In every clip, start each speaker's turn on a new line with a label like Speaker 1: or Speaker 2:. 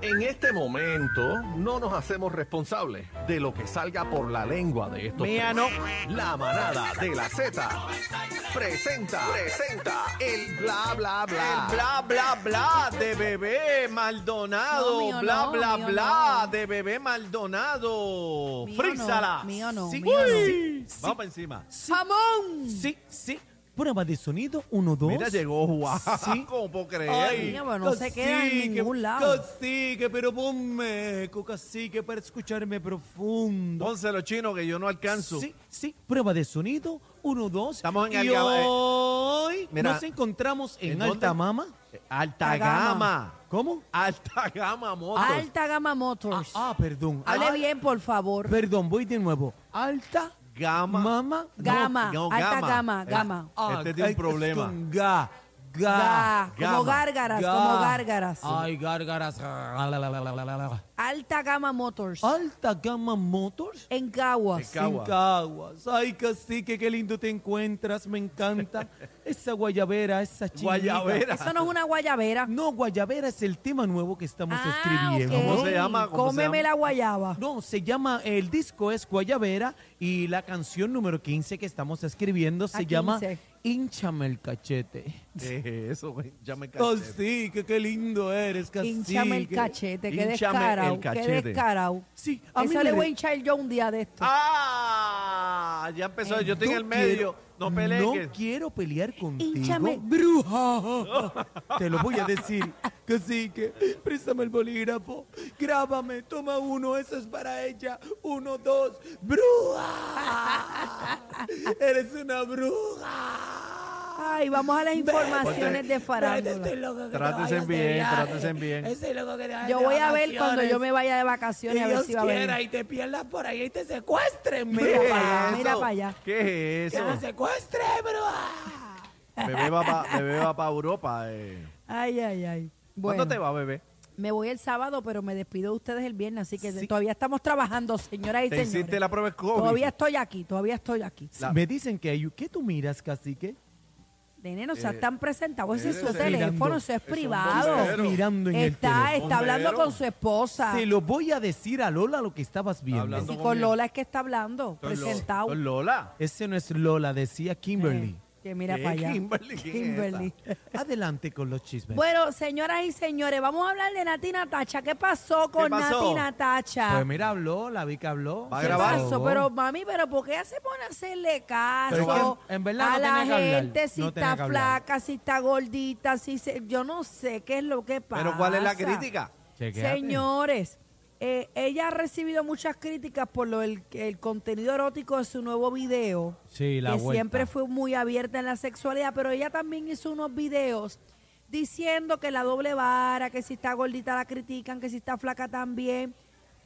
Speaker 1: En este momento no nos hacemos responsables de lo que salga por la lengua de estos.
Speaker 2: Mía
Speaker 1: tres. La manada de la Z presenta, presenta el bla bla bla.
Speaker 2: El bla bla bla de bebé Maldonado.
Speaker 3: No, mío
Speaker 2: bla
Speaker 3: no,
Speaker 2: bla
Speaker 3: mío
Speaker 2: bla
Speaker 3: no.
Speaker 2: de bebé Maldonado.
Speaker 3: Mío no,
Speaker 2: Frízala.
Speaker 3: mío no,
Speaker 2: Sí,
Speaker 3: mío no.
Speaker 2: sí, sí. Vamos para encima.
Speaker 3: ¡Jamón!
Speaker 4: Sí, sí. Prueba de sonido, uno, dos.
Speaker 2: Mira, llegó Juan.
Speaker 4: Sí.
Speaker 2: ¿Cómo puedo creer?
Speaker 3: Ay, Mira, bueno, no se queda en
Speaker 4: Cacique,
Speaker 3: ningún lado.
Speaker 4: Cacique, pero ponme eco, cacique, para escucharme profundo.
Speaker 2: Pónselo chino que yo no alcanzo.
Speaker 4: Sí, sí. Prueba de sonido, uno, dos.
Speaker 2: Estamos en
Speaker 4: y
Speaker 2: Algaba-
Speaker 4: hoy
Speaker 2: Mira.
Speaker 4: nos encontramos en,
Speaker 2: ¿En dónde?
Speaker 4: Alta Mama.
Speaker 2: Eh, Alta
Speaker 3: Alta
Speaker 2: gama.
Speaker 3: gama.
Speaker 4: ¿Cómo?
Speaker 2: Alta gama, moto.
Speaker 3: Alta Gama
Speaker 4: Ah,
Speaker 3: Motors.
Speaker 4: ah, perdón.
Speaker 3: Hable
Speaker 4: Ah,
Speaker 3: bien, por favor.
Speaker 4: Perdón, voy de nuevo. Alta
Speaker 2: Gama.
Speaker 4: Mama. no, Ah,
Speaker 3: Gama, alta gama,
Speaker 2: Eh,
Speaker 3: gama.
Speaker 2: Este tiene un
Speaker 4: es
Speaker 2: problema.
Speaker 4: con Ga, ga,
Speaker 3: Ga,
Speaker 2: Gama.
Speaker 3: como gárgaras,
Speaker 4: ga.
Speaker 3: como gárgaras.
Speaker 4: Ay, gárgaras. Ah, la, la, la, la, la, la, la.
Speaker 3: Alta Gama Motors.
Speaker 4: Alta Gama Motors.
Speaker 3: En Caguas.
Speaker 2: En Cagua.
Speaker 4: En Caguas. Ay, cacique, qué lindo te encuentras. Me encanta. Esa guayabera, esa chica.
Speaker 2: Guayabera.
Speaker 3: Eso no es una guayabera.
Speaker 4: No, guayabera es el tema nuevo que estamos
Speaker 3: Ah,
Speaker 4: escribiendo.
Speaker 3: ok.
Speaker 2: ¿Cómo se llama? ¿Cómo se
Speaker 3: Cómeme
Speaker 2: llama?
Speaker 3: la guayaba.
Speaker 4: No, se llama, el disco es Guayabera y la canción número 15 que estamos escribiendo se
Speaker 3: Ah,
Speaker 4: llama
Speaker 3: 15.
Speaker 4: Hinchame el cachete.
Speaker 2: Eh, eso, güey, ya me
Speaker 3: Oh,
Speaker 2: cansé.
Speaker 4: Cacique, qué lindo eres, cacique.
Speaker 3: Hinchame el cachete, que
Speaker 2: Hínchame el
Speaker 3: descarado.
Speaker 2: cachete.
Speaker 3: Que descarado.
Speaker 4: Sí, a mí
Speaker 3: Esa
Speaker 4: me
Speaker 3: le
Speaker 4: re-
Speaker 3: voy a hinchar yo un día de esto.
Speaker 2: Ah, ya empezó. Yo estoy en el medio. no pelees.
Speaker 4: No quiero pelear contigo.
Speaker 3: Hínchame.
Speaker 4: bruja. Te lo voy a decir. Cacique, préstame el bolígrafo. Grábame, toma uno, eso es para ella. Uno, dos, bruja. Eres una bruja.
Speaker 3: Ay, vamos a las informaciones de
Speaker 4: Estoy
Speaker 3: farándula.
Speaker 4: loco que te
Speaker 2: Trátese
Speaker 4: vayas de
Speaker 2: bien,
Speaker 4: viaje.
Speaker 2: trátese bien.
Speaker 4: Estoy loco que te vayas
Speaker 3: Yo
Speaker 4: de
Speaker 3: voy a ver cuando yo
Speaker 4: vacaciones.
Speaker 3: me vaya de vacaciones a ver
Speaker 4: Dios
Speaker 3: si va a
Speaker 4: quiera
Speaker 3: venir.
Speaker 4: y te pierdas por ahí y te secuestren,
Speaker 2: ¿Qué
Speaker 3: Mira
Speaker 2: es
Speaker 3: pa' allá,
Speaker 2: eso?
Speaker 3: mira pa' allá.
Speaker 2: ¿Qué es
Speaker 4: ¡Que
Speaker 2: eso?
Speaker 4: me secuestre, bro!
Speaker 2: Bebé va para Europa. eh.
Speaker 3: Ay, ay, ay.
Speaker 2: ¿Cuándo
Speaker 3: Bueno,
Speaker 2: te va, bebé?
Speaker 3: me voy el sábado, pero me despido de ustedes el viernes, así que
Speaker 4: Sí.
Speaker 3: todavía estamos trabajando, señoras y
Speaker 2: ¿Te
Speaker 3: señores.
Speaker 2: hiciste la prueba de COVID?
Speaker 3: Todavía estoy aquí, todavía estoy aquí.
Speaker 2: La-
Speaker 4: Me dicen que hay... ¿Qué tú miras, cacique?
Speaker 3: Nene, no se están presentado. Ese es
Speaker 2: Eh, eres
Speaker 3: su teléfono, eso es
Speaker 2: un
Speaker 3: privado.
Speaker 2: bombero.
Speaker 4: mirando en
Speaker 3: Está,
Speaker 4: el
Speaker 3: está hablando
Speaker 2: Bombero.
Speaker 3: con su esposa.
Speaker 4: teléfono. Se lo voy a decir a Lola lo que estabas viendo.
Speaker 2: Ah. Hablando.
Speaker 3: Sí,
Speaker 2: con
Speaker 3: con
Speaker 2: él.
Speaker 3: Lola es que está hablando,
Speaker 2: Con Lo-
Speaker 3: presentado.
Speaker 2: con Lola.
Speaker 4: Ese no es Lola, decía Kimberly.
Speaker 3: Eh, que mira
Speaker 2: ¿Qué?
Speaker 3: para allá.
Speaker 2: Kimberly, ¿quién es
Speaker 3: Kimberly.
Speaker 4: Adelante con los chismes.
Speaker 3: Bueno, señoras y señores, vamos a hablar de Nati Natacha. ¿Qué pasó con
Speaker 2: pasó?
Speaker 3: Nati Natacha?
Speaker 4: Pues mira, habló, la Vic habló.
Speaker 2: Va a
Speaker 3: ¿Qué
Speaker 2: grabar.
Speaker 3: pasó? Pero mami, pero ¿por qué ella se pone a hacerle caso
Speaker 4: Pero es que en verdad
Speaker 3: a
Speaker 4: no
Speaker 3: la
Speaker 4: tenía que hablar,
Speaker 3: gente si
Speaker 4: no tenía
Speaker 3: está
Speaker 4: que hablar.
Speaker 3: flaca, si está gordita, si se- yo no sé qué es lo que pasa.
Speaker 2: ¿Pero cuál es la crítica?
Speaker 4: Chequéate.
Speaker 3: Señores, eh, ella ha recibido muchas críticas por lo del- el contenido erótico de su nuevo video
Speaker 4: Sí, la
Speaker 3: que
Speaker 4: vuelta.
Speaker 3: siempre fue muy abierta en la sexualidad, pero ella también hizo unos videos diciendo que la doble vara, que si está gordita la critican, que si está flaca también.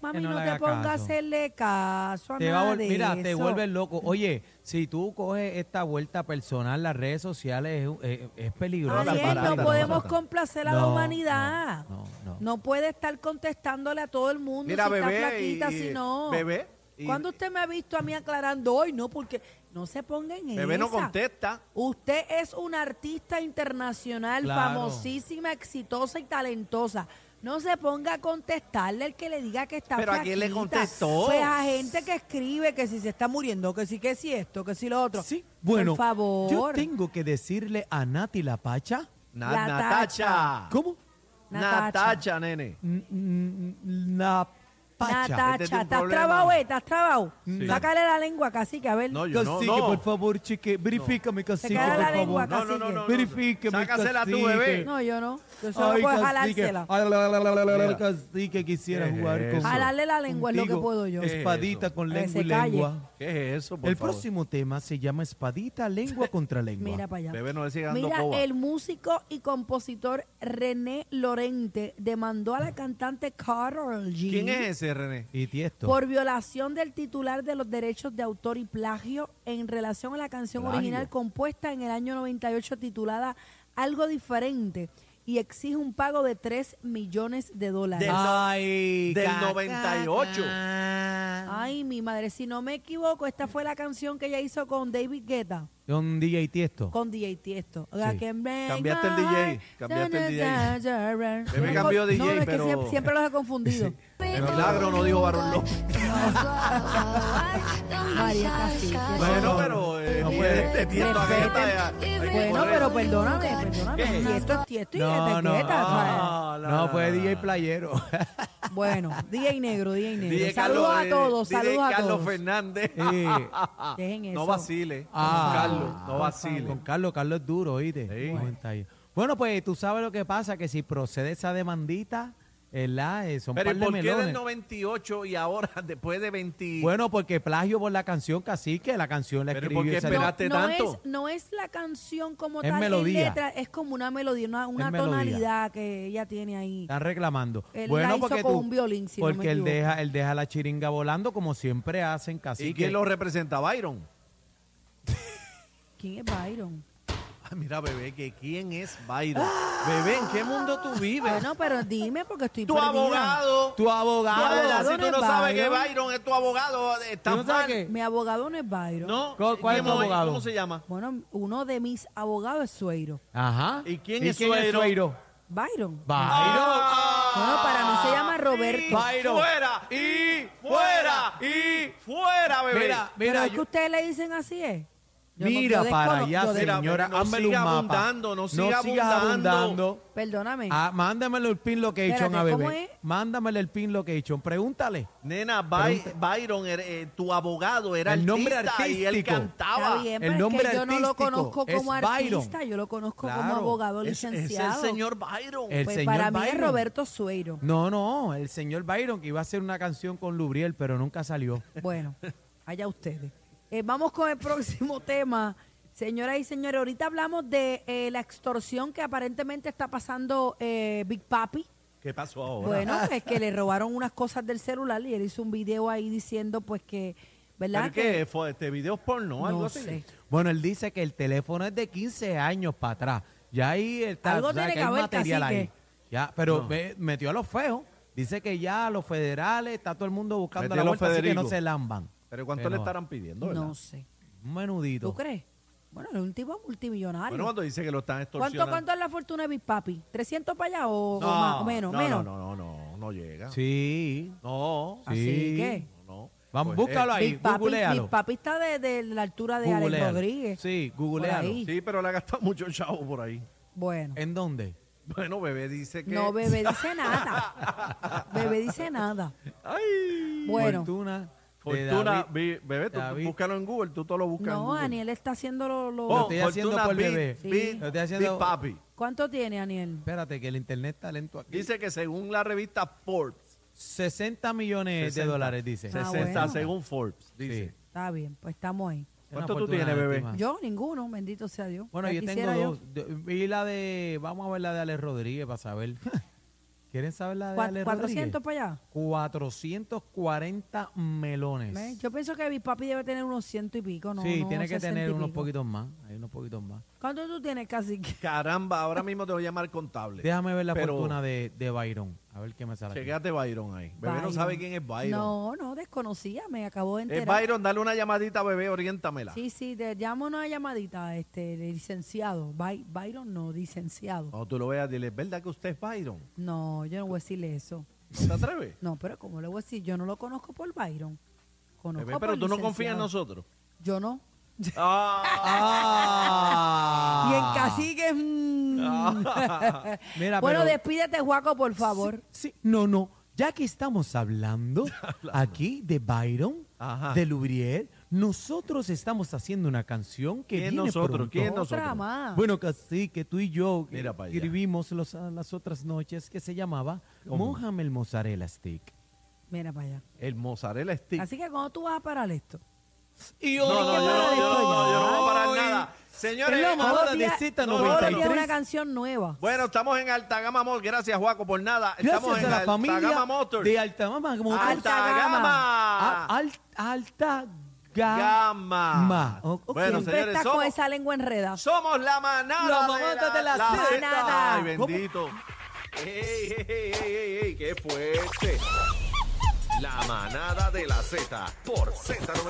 Speaker 3: Mami,
Speaker 4: no
Speaker 3: no,
Speaker 4: le
Speaker 3: te
Speaker 4: haga
Speaker 3: pongas a
Speaker 4: caso.
Speaker 3: hacerle caso a
Speaker 4: Te va a
Speaker 3: nada
Speaker 4: vol-
Speaker 3: de
Speaker 4: mira, te
Speaker 3: eso.
Speaker 4: vuelves loco. Oye, si tú coges esta vuelta personal, las redes sociales es, es- es peligroso.
Speaker 3: Ariel,
Speaker 2: barata,
Speaker 3: no
Speaker 2: no,
Speaker 3: podemos
Speaker 2: barata.
Speaker 3: complacer a la
Speaker 4: No,
Speaker 3: humanidad.
Speaker 4: no, no, no.
Speaker 3: puede estar contestándole a todo el mundo
Speaker 2: Mira,
Speaker 3: si
Speaker 2: bebé,
Speaker 3: está flaquita,
Speaker 2: y-
Speaker 3: si no.
Speaker 2: bebé, y-
Speaker 3: ¿Cuándo usted me ha visto a mí aclarando hoy? No, porque no se ponga en
Speaker 2: Bebé no
Speaker 3: esa.
Speaker 2: contesta.
Speaker 3: Usted es una artista internacional,
Speaker 4: Claro.
Speaker 3: famosísima, exitosa y talentosa. No se ponga a contestarle el que le diga que está
Speaker 2: Pero ¿a quién le
Speaker 3: flaquita.
Speaker 2: contestó?
Speaker 3: Pues a gente que escribe que si se está muriendo, que sí, que si esto, que si lo otro.
Speaker 4: Sí, bueno,
Speaker 3: Por favor.
Speaker 4: yo tengo que decirle a Nati La Pacha.
Speaker 2: Na-
Speaker 3: La
Speaker 2: Natacha.
Speaker 4: ¿Cómo?
Speaker 3: Natacha.
Speaker 2: Natacha, nene.
Speaker 4: N- n- La Pacha.
Speaker 2: Este tiene
Speaker 3: Natacha,
Speaker 2: un
Speaker 3: estás
Speaker 2: problema.
Speaker 3: trabado, eh, estás trabado.
Speaker 2: Sí.
Speaker 3: Sácale la lengua, cacique, a ver.
Speaker 2: No, yo no.
Speaker 4: Cacique,
Speaker 2: no.
Speaker 4: por favor, cheque. Verifícame, cacique,
Speaker 3: queda
Speaker 4: por
Speaker 3: la
Speaker 4: favor.
Speaker 3: lengua,
Speaker 2: No, no, no, no.
Speaker 4: Verifíqueme,
Speaker 2: Sácasela a tu
Speaker 4: cacique.
Speaker 2: bebé.
Speaker 3: No, yo no. Yo solo puedo jalársela.
Speaker 4: Ay, la, la, la, la, la, la,
Speaker 2: Mira.
Speaker 4: cacique, quisiera
Speaker 2: ¿Qué es
Speaker 4: jugar con
Speaker 2: eso?
Speaker 3: Jalarle la lengua es lo que
Speaker 4: contigo.
Speaker 3: puedo yo.
Speaker 2: ¿Qué es
Speaker 4: Espadita
Speaker 2: eso?
Speaker 4: con
Speaker 3: Para que
Speaker 4: lengua y
Speaker 3: se calle.
Speaker 4: lengua.
Speaker 2: ¿Qué es eso, por
Speaker 4: El
Speaker 2: favor?
Speaker 4: próximo tema se llama Espadita, lengua contra lengua.
Speaker 3: Mira para allá.
Speaker 2: Bebé no le siga dando
Speaker 3: Mira,
Speaker 2: coba.
Speaker 3: el músico y compositor René Lorente demandó a la cantante Carol G.
Speaker 2: ¿Quién es ese, René?
Speaker 4: Y tiesto.
Speaker 3: Por violación del titular de los derechos de autor y plagio en relación a la canción
Speaker 2: Plagio.
Speaker 3: original compuesta en el año 98 titulada Algo Diferente y exige un pago de 3 millones de dólares.
Speaker 2: Del-
Speaker 4: Ay,
Speaker 2: del
Speaker 4: caca.
Speaker 2: 98.
Speaker 3: Ay, mi madre, si no me equivoco, esta fue la canción que ella hizo con David Guetta.
Speaker 4: Con DJ Tiesto.
Speaker 3: con DJ Tiesto. O sea,
Speaker 4: Sí.
Speaker 3: que me-
Speaker 2: Cambiaste el DJ, cambiaste el
Speaker 3: No,
Speaker 2: Bebé cambió
Speaker 3: no,
Speaker 2: DJ,
Speaker 3: es que
Speaker 2: pero-
Speaker 3: siempre, siempre los he confundido.
Speaker 2: El milagro no dijo varón López.
Speaker 3: María Castillo.
Speaker 2: Bueno, pero eh,
Speaker 3: No
Speaker 2: y
Speaker 3: puede.
Speaker 2: este tiempo
Speaker 3: Respeten.
Speaker 2: acá está, eh, hay que
Speaker 3: Bueno,
Speaker 2: poner-
Speaker 3: pero perdóname, perdóname.
Speaker 2: ¿Qué?
Speaker 3: Tiesto es Tiesto y
Speaker 4: No,
Speaker 3: etiqueta.
Speaker 4: no,
Speaker 3: o sea,
Speaker 2: Ah,
Speaker 4: no, no, fue DJ Playero.
Speaker 3: Bueno, DJ Negro, DJ Negro.
Speaker 2: DJ
Speaker 3: saludos
Speaker 2: Carlos, eh,
Speaker 3: a todos,
Speaker 2: DJ
Speaker 3: saludos a
Speaker 2: Carlos
Speaker 3: todos.
Speaker 2: Fernández.
Speaker 4: Sí.
Speaker 3: Dejen eso.
Speaker 2: No vacile.
Speaker 4: Eh, Ah.
Speaker 2: Carlos, no
Speaker 4: Con
Speaker 2: vacile.
Speaker 4: Carlos, Carlos es duro, oíste.
Speaker 2: Sí.
Speaker 4: Bueno. Está ahí. Bueno, pues tú sabes lo que pasa, que si procede esa demandita, ¿verdad? Eh, son
Speaker 2: Pero ¿y
Speaker 4: par de
Speaker 2: por qué del
Speaker 4: melones.
Speaker 2: 98 y ahora después de 20?
Speaker 4: Bueno, porque plagio por la canción Cacique, la canción la
Speaker 2: Pero
Speaker 4: escribió
Speaker 2: ¿por qué
Speaker 4: ese-
Speaker 3: No,
Speaker 2: esperaste?
Speaker 3: no
Speaker 2: tanto.
Speaker 3: Es, no es la canción como
Speaker 4: Es
Speaker 3: tal,
Speaker 4: melodía.
Speaker 3: es letra, es como una melodía, una, una
Speaker 4: Es melodía.
Speaker 3: tonalidad que ella tiene ahí.
Speaker 4: Están reclamando.
Speaker 3: Él la
Speaker 4: bueno,
Speaker 3: hizo
Speaker 4: porque
Speaker 3: con
Speaker 4: tú-
Speaker 3: un violín, si no me
Speaker 4: porque él
Speaker 3: equivoco.
Speaker 4: deja, él deja la chiringa volando como siempre hacen
Speaker 2: ¿Y
Speaker 4: Cacique.
Speaker 2: quién lo representa? Byron.
Speaker 3: ¿Quién es Byron?
Speaker 2: Ah, mira, bebé, que quién es Byron.
Speaker 4: Ah,
Speaker 2: Bebé, ¿en qué mundo tú vives?
Speaker 3: Bueno, pero dime porque estoy
Speaker 2: Ah. tu
Speaker 3: perdida.
Speaker 2: abogado.
Speaker 4: Tu
Speaker 2: Tu
Speaker 4: abogado.
Speaker 2: abogado, si
Speaker 3: no
Speaker 2: tú
Speaker 3: es
Speaker 2: no sabes que
Speaker 3: Byron.
Speaker 2: Byron es tu abogado, eh, estás
Speaker 4: ¿Tú no sabes
Speaker 2: mal.
Speaker 4: qué?
Speaker 3: Mi abogado no es Byron.
Speaker 2: ¿No?
Speaker 4: ¿Cuál- cuál es tu
Speaker 2: ¿Cómo-
Speaker 4: abogado?
Speaker 2: ¿Cómo se llama?
Speaker 3: Bueno, uno de mis abogados es Sueiro.
Speaker 4: Ajá.
Speaker 2: ¿Y quién es Suero?
Speaker 3: Byron.
Speaker 4: Byron.
Speaker 3: Bueno, para mí
Speaker 2: Ah.
Speaker 3: se llama Roberto.
Speaker 4: Byron.
Speaker 2: Fuera y fuera y fuera, bebé.
Speaker 4: Mira,
Speaker 3: pero
Speaker 4: mira,
Speaker 3: es que
Speaker 4: yo-
Speaker 3: ustedes le dicen así, ¿eh? Yo no-
Speaker 4: mira
Speaker 3: yo
Speaker 4: para
Speaker 3: descono-
Speaker 4: allá,
Speaker 3: yo de-
Speaker 2: mira,
Speaker 4: señora.
Speaker 2: no siga
Speaker 4: Hámelo un mapa.
Speaker 2: abundando, no siga
Speaker 4: sigas
Speaker 2: abundando.
Speaker 3: Perdóname.
Speaker 4: Ah, mándamelo el pin location a
Speaker 3: Espérate,
Speaker 4: bebé.
Speaker 3: ¿cómo es?
Speaker 4: Mándamele el pin location. Pregúntale.
Speaker 2: Nena, By- Byron, era, eh, tu abogado era
Speaker 4: El nombre
Speaker 2: artista y él
Speaker 4: artístico.
Speaker 2: cantaba.
Speaker 3: Está bien,
Speaker 4: ah, El
Speaker 3: pero
Speaker 4: nombre
Speaker 3: es que yo no lo
Speaker 4: artístico
Speaker 3: conozco como
Speaker 4: es Byron.
Speaker 3: artista, yo lo conozco como
Speaker 4: Claro,
Speaker 3: abogado
Speaker 2: Es, es
Speaker 3: licenciado.
Speaker 2: el señor Byron.
Speaker 4: El
Speaker 3: Pues
Speaker 4: señor
Speaker 3: para mí es
Speaker 4: Byron.
Speaker 3: Roberto Sueiro.
Speaker 4: No, no, el señor Byron que iba a hacer una canción con Lubriel, pero nunca salió.
Speaker 3: Bueno, allá ustedes. Eh, vamos con el próximo tema. Señoras y señores, ahorita hablamos de eh, la extorsión que aparentemente está pasando eh, Big Papi.
Speaker 2: ¿Qué pasó ahora? ah.
Speaker 3: Bueno, es que le robaron unas cosas del celular y él hizo un video ahí diciendo pues que,
Speaker 2: ¿Pero
Speaker 3: ¿verdad?
Speaker 2: qué fue? ¿Este video es porno o algo
Speaker 3: no
Speaker 2: así?
Speaker 3: sé.
Speaker 4: Bueno, él dice que el teléfono es de 15 años para atrás. Ya ahí está,
Speaker 3: Algo
Speaker 4: o sea,
Speaker 3: tiene que
Speaker 4: hay
Speaker 3: haber,
Speaker 4: material
Speaker 3: cacique.
Speaker 4: ahí. Ya, pero ve- metió a los feos. Dice que ya a los federales está todo el mundo buscando
Speaker 2: Metió
Speaker 4: la
Speaker 2: a los
Speaker 4: vuelta, así que no
Speaker 2: Federico.
Speaker 4: se lamban.
Speaker 2: ¿Pero cuánto
Speaker 4: Que
Speaker 2: le
Speaker 4: no.
Speaker 2: estarán pidiendo? verdad?
Speaker 3: No sé.
Speaker 4: Un menudito.
Speaker 3: ¿Tú crees? Bueno, el último multimillonario.
Speaker 2: Bueno, cuando dice que lo están
Speaker 3: ¿Cuánto,
Speaker 2: extorsionando.
Speaker 3: ¿Cuánto es la fortuna de Big Papi? ¿300 para allá o, o más, o menos?
Speaker 2: no,
Speaker 3: menos.
Speaker 2: No, no, no, no, no llega.
Speaker 4: Sí.
Speaker 2: No,
Speaker 3: Así
Speaker 4: Sí.
Speaker 3: que.
Speaker 2: no, no.
Speaker 4: Vamos,
Speaker 2: Pues,
Speaker 4: búscalo ahí,
Speaker 3: Big Papi,
Speaker 4: googlealo.
Speaker 3: Big Papi está de, de la altura de Alex
Speaker 4: Googlealo.
Speaker 3: Rodríguez.
Speaker 4: Sí,
Speaker 3: Por
Speaker 4: googlealo.
Speaker 3: ahí.
Speaker 2: Sí, pero le ha gastado mucho chavo por ahí.
Speaker 3: Bueno.
Speaker 4: ¿En dónde?
Speaker 2: Bueno, bebé dice que...
Speaker 3: No, bebé dice nada. bebé dice nada.
Speaker 2: Ay,
Speaker 3: Bueno.
Speaker 4: Fortuna. de
Speaker 2: Fortuna,
Speaker 4: David.
Speaker 2: Bi- bebé, tú
Speaker 4: David.
Speaker 2: búscalo en Google, tú todo lo buscas en
Speaker 3: No,
Speaker 2: Google. Oh,
Speaker 3: Aniel está haciendo lo. lo-
Speaker 4: Lo estoy haciendo
Speaker 2: Fortuna
Speaker 4: por
Speaker 2: Big-
Speaker 4: bebé.
Speaker 3: Sí.
Speaker 2: Big-
Speaker 4: Lo estoy haciendo-
Speaker 2: Big Papi.
Speaker 3: ¿Cuánto tiene, Aniel?
Speaker 4: Espérate, que el internet está lento aquí.
Speaker 2: Dice que según la revista Forbes,
Speaker 4: 60 millones
Speaker 2: 60.
Speaker 4: de dólares, dice.
Speaker 2: 60
Speaker 3: Ah, bueno.
Speaker 2: según Forbes, dice.
Speaker 4: Sí.
Speaker 3: Está bien, pues estamos ahí.
Speaker 2: ¿Cuánto
Speaker 4: Una
Speaker 2: tú tienes,
Speaker 4: fortuna
Speaker 2: bebé?
Speaker 4: íntima.
Speaker 3: Yo, ninguno, bendito sea Dios.
Speaker 4: Ah. Bueno,
Speaker 3: Ya
Speaker 4: yo tengo
Speaker 3: quisiera yo.
Speaker 4: dos. Yo- Y la de. Vamos a ver la de Ale Rodríguez para saber. ¿Quieren saber la de
Speaker 3: Cua-
Speaker 4: Ale
Speaker 3: 400
Speaker 4: Rodríguez?
Speaker 3: para allá.
Speaker 4: 440 melones.
Speaker 3: ¿Ves? Yo pienso que Big Papi debe tener unos ciento y pico, ¿no?
Speaker 4: sí,
Speaker 3: no,
Speaker 4: tiene que
Speaker 3: 60 y
Speaker 4: tener unos
Speaker 3: pico.
Speaker 4: poquitos más. Hay unos poquitos más.
Speaker 3: ¿Cuánto tú tienes, cacique?
Speaker 2: Caramba, ahora mismo te voy a llamar contable.
Speaker 4: Déjame ver la
Speaker 2: Pero
Speaker 4: fortuna de, de Byron. A ver qué me sale. aquí.
Speaker 2: Chequéate Byron ahí. Bebé no
Speaker 3: Byron.
Speaker 2: sabe quién es Byron.
Speaker 3: No, no, desconocía, me acabo de
Speaker 2: Es
Speaker 3: enterar.
Speaker 2: Byron, dale una llamadita, bebé, oriéntamela.
Speaker 3: Sí, sí, te llamo una llamadita, este, licenciado. By- Byron no, licenciado.
Speaker 2: Cuando tú lo veas, dile, ¿es verdad que usted es Byron?
Speaker 3: No, yo no voy a decirle eso.
Speaker 2: ¿No te atreves?
Speaker 3: No, pero ¿cómo le voy a decir? Yo no lo conozco por Byron. Conozco
Speaker 2: Bebé, pero
Speaker 3: por
Speaker 2: tú no confías en
Speaker 3: licenciado.
Speaker 2: nosotros.
Speaker 3: Yo no.
Speaker 4: ¡Ah!
Speaker 3: Y en cacique. mm.
Speaker 4: Mira,
Speaker 3: bueno,
Speaker 4: pero-
Speaker 3: despídete, Juaco, por favor.
Speaker 4: Sí, no, no. Ya que estamos hablando aquí de Byron,
Speaker 2: Ajá.
Speaker 4: de Lubriel, nosotros estamos haciendo una canción que
Speaker 2: ¿Quién
Speaker 4: viene
Speaker 2: nosotros?
Speaker 4: pronto.
Speaker 2: ¿Quién
Speaker 3: Otra
Speaker 2: nosotros?
Speaker 3: más.
Speaker 4: Bueno, casi que tú y yo eh,
Speaker 2: Mira pa' allá.
Speaker 4: escribimos los- a las otras noches que se llamaba Mójame el mozzarella stick.
Speaker 3: Mira para allá.
Speaker 2: El mozzarella stick.
Speaker 3: Así que cuando tú vas a parar esto.
Speaker 4: Y
Speaker 2: No, no, yo no, yo no, yo no voy a parar
Speaker 4: Hoy
Speaker 2: nada. Señores,
Speaker 4: es la
Speaker 2: eh,
Speaker 4: mamá
Speaker 3: Todos los
Speaker 4: de
Speaker 3: días-
Speaker 4: Zeta
Speaker 3: todos los días
Speaker 4: 93.
Speaker 3: una canción nueva.
Speaker 2: bueno, estamos en Altagama Motors. Gracias, Juaco, por nada. estamos
Speaker 4: Gracias
Speaker 2: en
Speaker 4: a la
Speaker 2: Altagama
Speaker 4: familia
Speaker 2: Motors.
Speaker 4: de Altamama Motors.
Speaker 2: Altagama.
Speaker 4: A- al- Alta Gama.
Speaker 2: ah. Gama.
Speaker 4: Ma. O- ok.
Speaker 2: Bueno,
Speaker 3: Siempre
Speaker 2: señores,
Speaker 3: estás con
Speaker 2: somos,
Speaker 3: esa lengua enredada.
Speaker 2: somos la manada de
Speaker 4: La mamata
Speaker 2: la,
Speaker 4: de la
Speaker 2: la
Speaker 4: Zeta.
Speaker 2: Zeta. Ay,
Speaker 4: ¿Cómo?
Speaker 2: bendito.
Speaker 1: ¡Ey, ey, ey, ey, ey, ey! qué fuerte! La manada de la Z por Z93.